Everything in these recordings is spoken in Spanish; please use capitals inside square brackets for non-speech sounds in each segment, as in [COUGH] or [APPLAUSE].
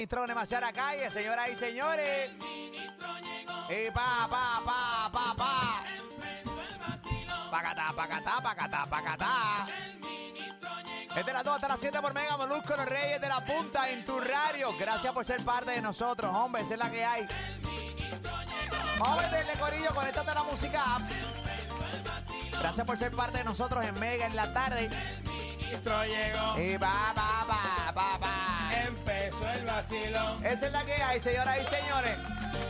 Ministro demasiada la calle, señoras y señores. Y pa, pa, pa, pa, pa. Pacatá, pacatá, pacatá, pacatá. Es de las 2 hasta las 7 por Mega Molusco, los Reyes de la Punta en tu radio. Gracias por ser parte de nosotros, hombre, esa es la que hay. Vamos a meterle corillo, conéctate a la música. app. Gracias por ser parte de nosotros en Mega en la tarde. Ministro llegó, Y pa, pa, pa, pa, pa. empezó el vacilón. Esa es la que hay, señoras y señores.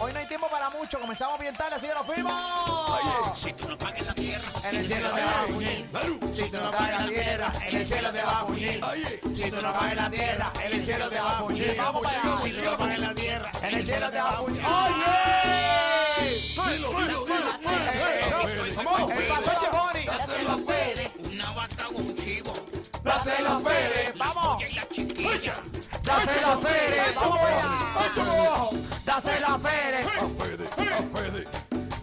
Hoy no hay tiempo para mucho. Comenzamos bien tarde, así que nos fuimos. Si tú no pagas la tierra, en el cielo te va a puñir. si tú no pagas la tierra, en el cielo te va a puñir. puñir. Si tú no pagas la tierra, en el cielo te va a puñir. Vamos para allá. Si tú no pagas la tierra, En el cielo te va a puñir. ¡Oye! Eh, ¿Cómo? El paso de Bonnie. dáselo a Fede. Una vaca o un chivo. Dáselo a Fede. Vamos. Oye, y la chiquilla. Dáselo a Fede. Vamos para allá. Dáselo a Fede. A Fede, a Fede,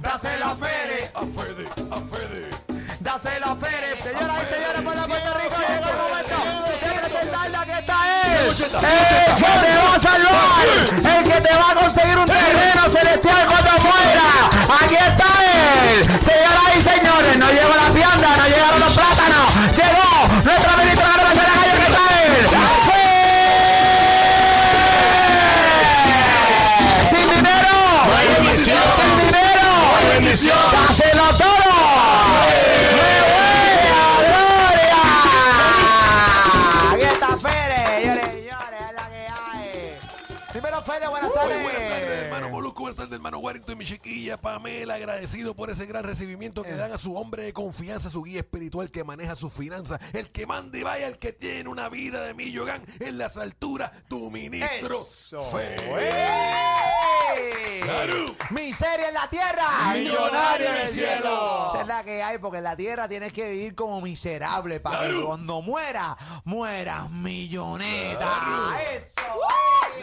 Dáselo a Fede. a Fede, a Fede. Dáselo a Fede. Señoras y señores, por la Puerto Rico llegó el momento de presentar la que está él. El que te va a salvar. El que te va a conseguir un terreno celestial cuando muera. Aquí está él. Señoras y señores, no llegó la pianda, no llegaron los plátanos. Llegó nuestro ministro de la Tercera Calle que está él. ¡Fede! Sin dinero. bendición. Sin dinero. bendición. Dáselo todo. ¡Gloria, gloria! Aquí está Fede, señores y señores, es la que hay. Dímelo, Fede, buenas tardes. Muy buenas tardes, hermano Molusco. Buenas tardes, hermano Warrington y mi chiquilla Pamela. Agradecido por ese gran recibimiento Eh. que dan a su hombre de confianza, su guía espiritual que maneja sus finanzas. El que manda y vaya, el que tiene una vida de millogán en las alturas, tu ministro. Eso eh. Fede. ¡Ey! Claro. Miseria en la tierra. Millonario en el cielo. Esa es la que hay, porque en la tierra tienes que vivir como miserable para que Claro. cuando mueras, mueras milloneta. Ah, Claro. Eso.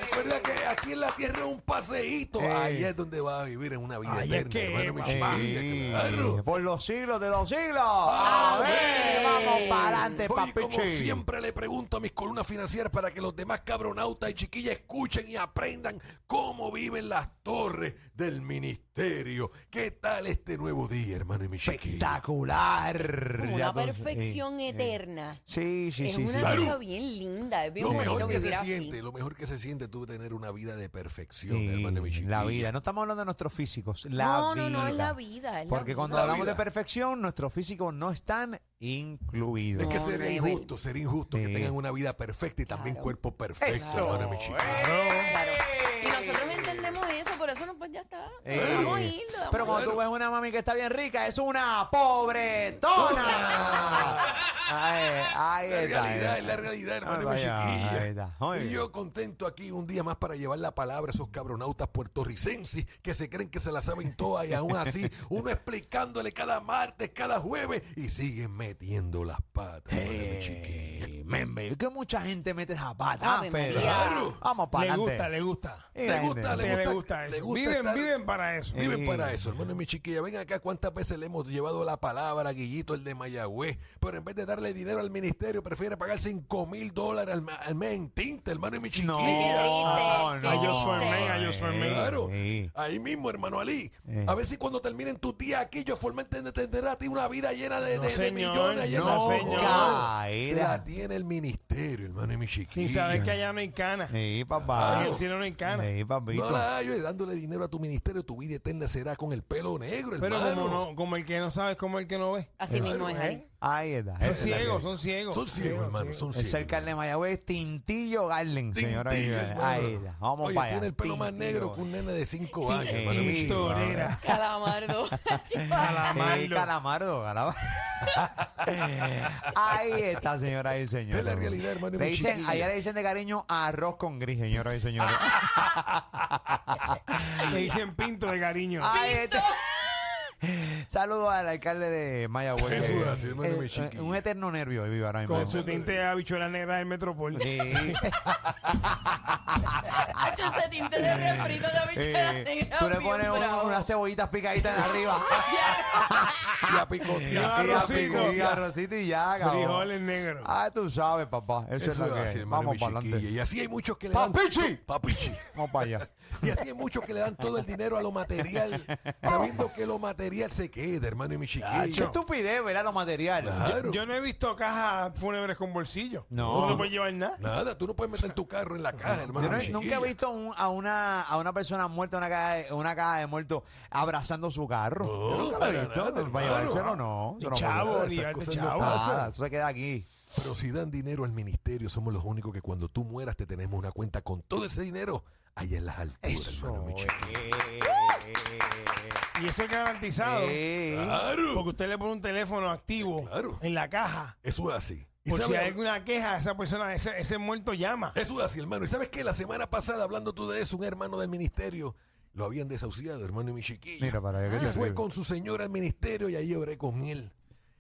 Recuerda que aquí en la tierra es un paseíto. Eh. Ahí es donde vas a vivir en una vida Ahí es eterna, que, hermano, mi papá. chiquilla, claro. Por los siglos de los siglos. A ver, vamos para Este adelante, Oye, papi. como siempre le pregunto a mis columnas financieras para que los demás cabronautas y chiquillas escuchen y aprendan cómo viven las torres del ministerio. ¿Qué tal este nuevo día, hermano y mi chiquilla? Espectacular. Como Ya una tú- perfección eh, eh. eterna. Sí, sí, es sí. una sí. Claro. cosa bien linda, es bien Lo bonito mejor que vivir se así. siente, lo mejor que se siente tú tener una vida de perfección, Sí, hermano y mi chiquilla. la vida. No estamos hablando de nuestros físicos. La no, vida. no, no, es la vida. es la Porque vida. cuando La hablamos vida. de perfección, nuestros físicos no están incluidos. Es que No, sería level. injusto, sería injusto que Sí. tengan una vida perfecta y también Claro. cuerpo perfecto, Eso. hermano y mi chiquilla. Claro. Y nosotros entendemos eso, por eso no, pues ya está. Eh. Vamos a irlo. vamos Pero a cuando tú ves una mami que está bien rica, es una [LAUGHS] pobretona. Ahí, ahí La está, realidad, ahí es está. la realidad, Ay, hermano mi eh. Ah, vaya, chiquilla. ahí está. Muy Y bien. yo contento aquí un día más para llevar la palabra a esos cabronautas puertorricenses que se creen que se la saben todas y aún así uno explicándole cada martes, cada jueves y siguen metiendo las patas. hermano mi chiquilla. Eh, membe, que mucha gente mete esa pata, Ave Fede. María. Claro. Vamos para Le adelante. gusta, le gusta. Y Le la gusta, gente- le Le, gusta, gusta le eso. gusta viven, estar- viven para eso. Eh. Viven para eso, hermano mi chiquilla. Ven acá cuántas veces le hemos llevado la palabra a Guillito, el de Mayagüez. Pero en vez de darle dinero al ministerio, prefiere pagar 5 mil dólares al, ma- al mes en tinta, hermano mi chiquilla. No, no. Qué triste, qué Ayos for men, ayos for men. Claro. Sí. Ahí mismo, hermano Ali. Eh. A ver si cuando terminen tus días aquí, yo formalmente te tendrá a ti una vida llena de, No, de- de señor. millones. llena No, de- señor. Te Caída. La tiene el ministerio, hermano y mi chiquilla. Sin saber que allá no hay cana. Sí, papá. En el cielo no hay cana. Sí, papito. No la hay, oye, dándole dinero a tu ministerio, tu vida eterna será con el pelo negro, Pero hermano. como, no, como el que no sabe es como el que no ve. ir. Eh, Así mismo es, Ari. Ahí está. Son Esa es la que- ciegos, son ciegos. Son ciegos, hermano, son Es ciegos. el carne de Mayagüez, Tintillo Garland, señora. Tintillo, hermano. Ahí está. Vamos Oye, para allá. tiene el pelo más Tintillo. negro que un nene de 5 años, Tintillo. hermano. y mi Sí, chiquilla. Torera. [LAUGHS] Calamardo. Eh, Calamardo. calamardo, [LAUGHS] calamardo. Ahí está, señoras y señores. Es la realidad, hermano, y Le mi dicen, chiquilla. Ah, allá le dicen de cariño arroz con gris, señoras y señores. Le dicen pinto de cariño. Ahí está. Saludos al alcalde de Mayagüez. Eso Eh, así, hermano, eh, mi chiquilla. un eterno nervio vive ahora mismo. [LAUGHS] con su tinte de habichuela negra del Metropol. Sí. [LAUGHS] Hacho, hecho ese tinte de refrito de habichuelas Eh, negras tú le bien pones un- bravo. unas cebollitas picaditas en arriba. [LAUGHS] Y a picotear. y arrocito. arrocito. Y arrocito y ya, cabrón. Frijoles negros. Ah, tú sabes, papá. Eso, es Eso lo es que así, es. hermano, Vamos mi para chiquilla. adelante. Y así hay muchos que le dan... ¡Papichi! Papichi. Vamos para allá. Y así hay muchos que le dan todo el dinero a lo material, sabiendo que lo material se queda, hermano y mi chiquilla. Qué estupidez, ¿verdad? Lo material. Claro. Yo no he visto cajas fúnebres con bolsillo. No. No puedes llevar nada. Nada, tú no puedes meter tu carro en la caja, hermano. Yo no- mi nunca he chiquilla. visto un- a, una, a una persona muerta, una caja, de, una caja de muertos, abrazando su carro. Yo nunca lo he Oh, para visto. nada, Para hermano. llevárselo, no. Eso no Chavo, puede ni ser. arte, cosas no chavo. Nada, eso se queda aquí. Pero si dan dinero al ministerio, somos los únicos que cuando tú mueras te tenemos una cuenta con todo ese dinero allá en las alturas, hermano, mi chiquilla. Y eso es garantizado. Eh. Porque Claro. usted le pone un teléfono activo Claro. en la caja. Eso es así. Y Por si sabe- hay alguna queja, esa persona, ese, ese muerto llama. Eso es así, hermano. ¿Y sabes qué? La semana pasada, hablando tú de eso, un hermano del ministerio lo habían desahuciado, hermano y mi chiquilla. Mira para allá, qué Y Ah, fue terrible. con su señora al ministerio y ahí oré con él.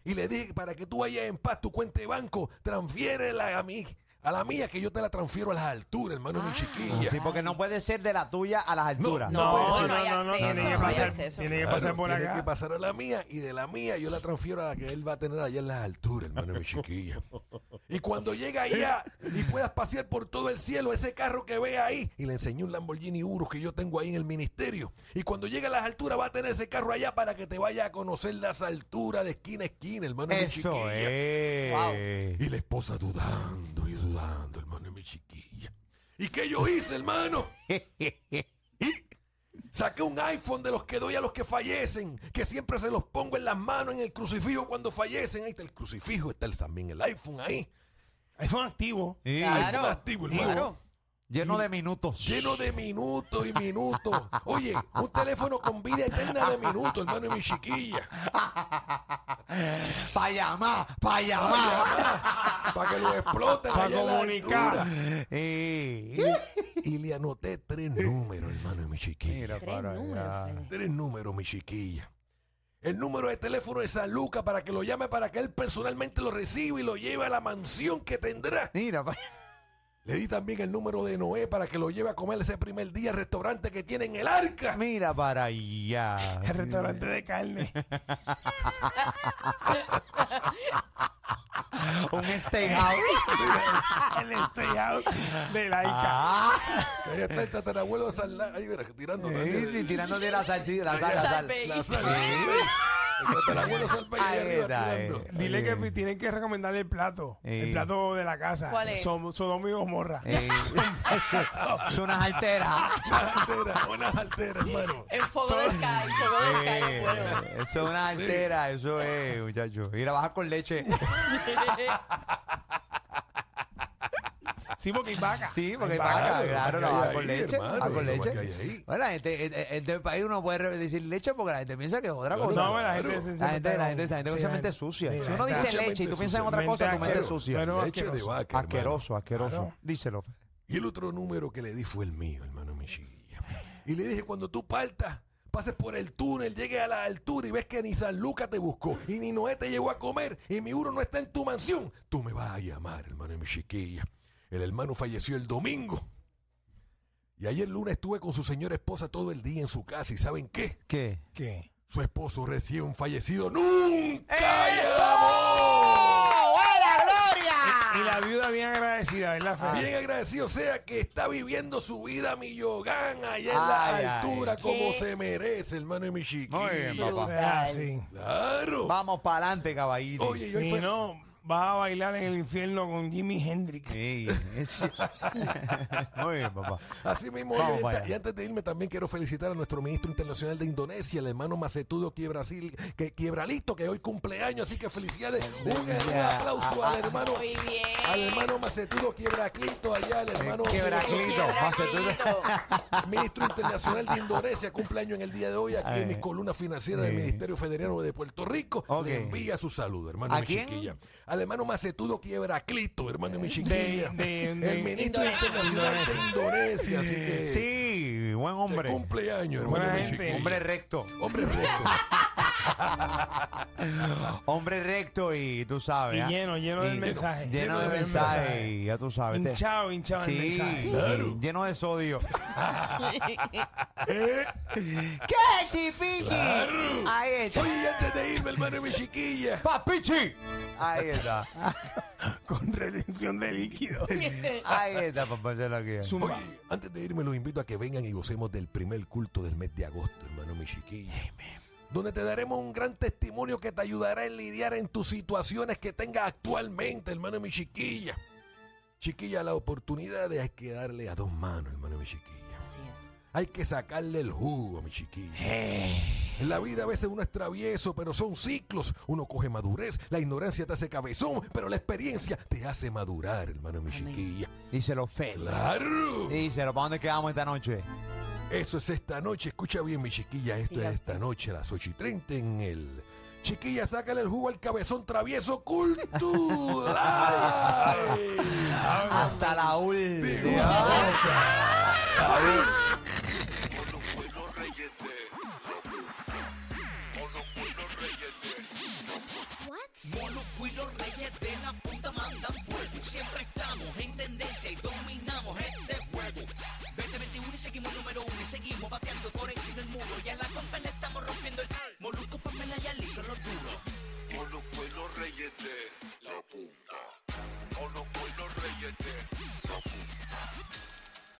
Y le dije, para que tú vayas en paz tu cuenta de banco, transfiérela a mí. A la mía, que yo te la transfiero a las alturas, hermano y mi chiquilla. Ah, Sí, porque no puede ser de la tuya a las alturas. No, no, no hay acceso, tiene que no hay pasar, acceso. tiene que Claro, pasar por tiene acá. que pasar a la mía y de la mía yo la transfiero a la que él va a tener allá en las alturas, hermano, mi chiquilla. Y cuando llega allá y puedas pasear por todo el cielo ese carro que ve ahí, y le enseñó un Lamborghini Urus que yo tengo ahí en el ministerio. Y cuando llega a las alturas va a tener ese carro allá para que te vaya a conocer las alturas de esquina a esquina, hermano, mi Eso chiquilla. es. Y la esposa dudando y dudando, hermano, mi chiquilla. ¿Y qué yo hice, hermano? Saqué un iPhone de los que doy a los que fallecen, que siempre se los pongo en las manos en el crucifijo cuando fallecen. Ahí está el crucifijo, está el, también el iPhone ahí. iPhone activo. Sí, Claro, iPhone activo, hermano. claro. [LAUGHS] Lleno de minutos. Lleno de minutos y minutos. Oye, un teléfono con vida eterna de minutos, hermano, y mi chiquilla. Pa' llamar, pa' llamar. Para que lo exploten. Para allá en la comunicar. altura. Eh, Y le anoté tres números, hermano, y mi chiquilla. Mira Tres para allá. números, Fede. Tres números, mi chiquilla. El número de teléfono de San Luca para que lo llame, para que él personalmente lo reciba y lo lleve a la mansión que tendrá. Mira para Le di también el número de Noé para que lo lleve a comer ese primer día al restaurante que tiene en el arca. [LAUGHS] Mira para allá. El restaurante de carne. [LAUGHS] Un steakhouse. el steakhouse de Ah, laica. [LAUGHS] Ah, Ahí está el tatarabuelo de San La... Ahí, mira, tirando. Sí, sí, tirándole la sal, sí, la sal, la sal. Salve. La sal. El tatarabuelo Salva Ahí ahí arriba está, tirando. eh. Dile que tienen que recomendarle el plato. Eh. El plato de la casa. ¿Cuál es? Som- Sodoma y Gomorra. Eh, [LAUGHS] es unas alteras. Unas alteras, unas alteras, hermano. El fuego de Sky, el fuego de Sky, [LAUGHS] el fuego. Eh, eso es una altera, eso es, muchacho. Mira, baja con [LAUGHS] leche. Sí, porque hay vaca. Sí, porque hay vaca. vaca, Claro, claro, lo la baja que hay con ahí, leche. hermano, baja con lo que leche. hay ahí. Bueno, la gente, en- en este país uno puede re- decir leche porque la gente piensa que es otra cosa. No, la gente, se- se La gente, la gente, meten- la gente sí, con esa mente gente- sucia. sí, Si uno está. dice Mucha leche y tú mente piensas en sucia. otra cosa, tu Mente mente es asquerosa. sucia. Pero Leche de asqueroso. vaca, hermano. Asqueroso, asqueroso. Claro. Díselo. Fe. Y el otro número que le di fue el mío, hermano Michilla. Y le dije, cuando tú partas, pases por el túnel, llegues a la altura y ves que ni San Lucas te buscó, y ni Noé te llegó a comer, y mi uro no está en tu mansión, tú me vas a llamar, hermano mi chiquilla. El hermano falleció el domingo. Y ayer lunes estuve con su señora esposa todo el día en su casa, ¿y saben qué? ¿Qué? ¿Qué? Su esposo recién fallecido nunca llamó. Y la viuda bien agradecida, ¿verdad, Ah. Fede? Bien agradecido sea que está viviendo su vida mi yogán allá en Ay, la ay. altura como ¿Qué? se merece, hermano y mi chiquilla. Muy bien, O papá. sea, sí. Claro. Vamos para adelante, caballito. Oye, y hoy Si fue- no, vas a bailar en el infierno con Jimi Hendrix. Sí, es- [LAUGHS] Muy bien, papá. Así mismo, Vamos oye, y para anta- allá. y antes de irme también quiero felicitar a nuestro ministro internacional de Indonesia, el hermano Macetudo Quiebrasil, que, Quiebralito, que hoy cumpleaños, así que felicidades. Un, un Ah, aplauso al hermano, Muy bien. al hermano Macetudo Quiebraclito allá, Eh, al hermano Quiebraclito. Quiebraclito. [LAUGHS] ministro internacional de Indonesia, cumpleaños en el día de hoy, aquí en mi columna financiera del Sí. Ministerio Federal de Puerto Rico. Ok. Le envía su saludo, hermano ¿A mi quién? chiquilla. Al hermano Macetudo Quiebraclito, hermano mi De, chiquilla. de, de- el ministro Indonesia. internacional de Indonesia, así que Sí, buen de hombre. cumpleaños, hermano Buena mi gente. chiquilla. Hombre recto. Hombre recto. Hombre recto y tú sabes. Y ¿ah? lleno, lleno del mensaje. Lleno de del mensaje, y ya tú sabes. te- Hinchado, hinchado del Sí, mensaje. y Claro. lleno de sodio. [LAUGHS] ¡Qué tipichi! Ahí está. Oye, antes de irme, hermano y mi chiquilla. ¡Papichi! Ahí está. [LAUGHS] Con retención [LAUGHS] de líquido. Ahí está, papá. Yo lo quiero. Zumba. Oye, antes de irme, los invito a que vengan y gocemos del primer culto del mes de agosto, hermano mi chiquilla. Donde te daremos un gran testimonio que te ayudará a lidiar en tus situaciones que tengas actualmente, hermano mi chiquilla. Chiquilla, la oportunidad hay que darle a dos manos, hermano mi chiquilla. Así es. Hay que sacarle el jugo, mi chiquilla. Eh. En la vida a veces uno es travieso, pero son ciclos. Uno coge madurez, la ignorancia te hace cabezón, pero la experiencia te hace madurar, hermano, mi chiquilla. Díselo, Fel. ¡Claro! Díselo, ¿para dónde quedamos esta noche? Eso es esta noche. Escucha bien, mi chiquilla. Esto es esta noche a las 8 y 30 en el. Chiquilla, sácale el jugo al cabezón travieso cultural. Hasta la última. Molusco y los reyes de la punta mandan fuego. Siempre estamos en tendencia y dominamos este juego. 2021 y seguimos número uno y seguimos bateando por encima del muro. Y a la compa le estamos rompiendo el Molusco, Pamela y Ali son los duros. Molusco y los reyes de la punta. Molusco